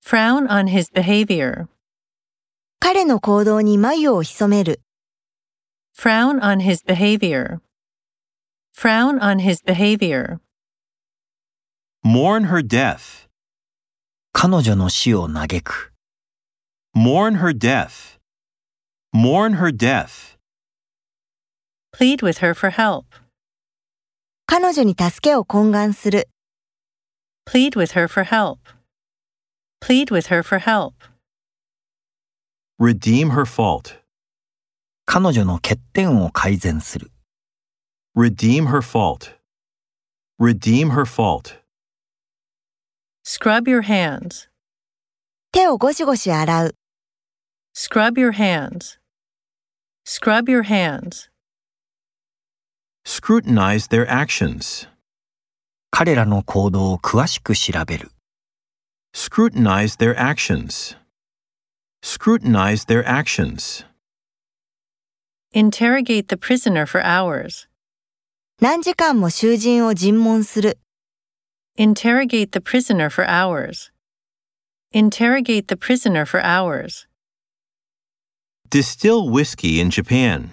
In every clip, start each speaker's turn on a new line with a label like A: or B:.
A: frown on his behavior,
B: 彼の行動に眉を潜める。
A: frown on his behavior, frown on his behavior,
C: Mourn her death.
D: 彼女の死を嘆く。
C: Mourn her death. Mourn her death.
A: plead with her for help,
B: 彼女に助けを懇願する。
A: plead with her for help, plead with her for help,
C: Redeem her fault.
D: 彼女の欠点を改善する。
C: Redeem her fault. Redeem her fault.
A: scrub your hands,
B: 手をゴシゴシ洗う。
A: scrub your hands, scrub your hands,
C: Scrutinize their actions.
D: 彼らの行動を詳しく調べる。
C: Scrutinize their actions. Scrutinize their actions.
A: interrogate the prisoner for hours,
B: 何時間も囚人を尋問する。
A: interrogate the prisoner for hours, interrogate the prisoner for hours,
C: Distill whiskey in Japan.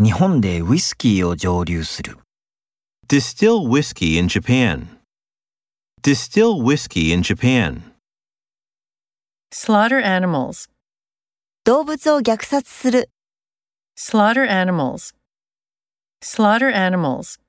D: 日本でウイスキーを蒸留する。
C: Distill whiskey in Japan. Distill whiskey in Japan.
A: slaughter animals,
B: 動物を虐殺する。
A: slaughter animals, slaughter animals.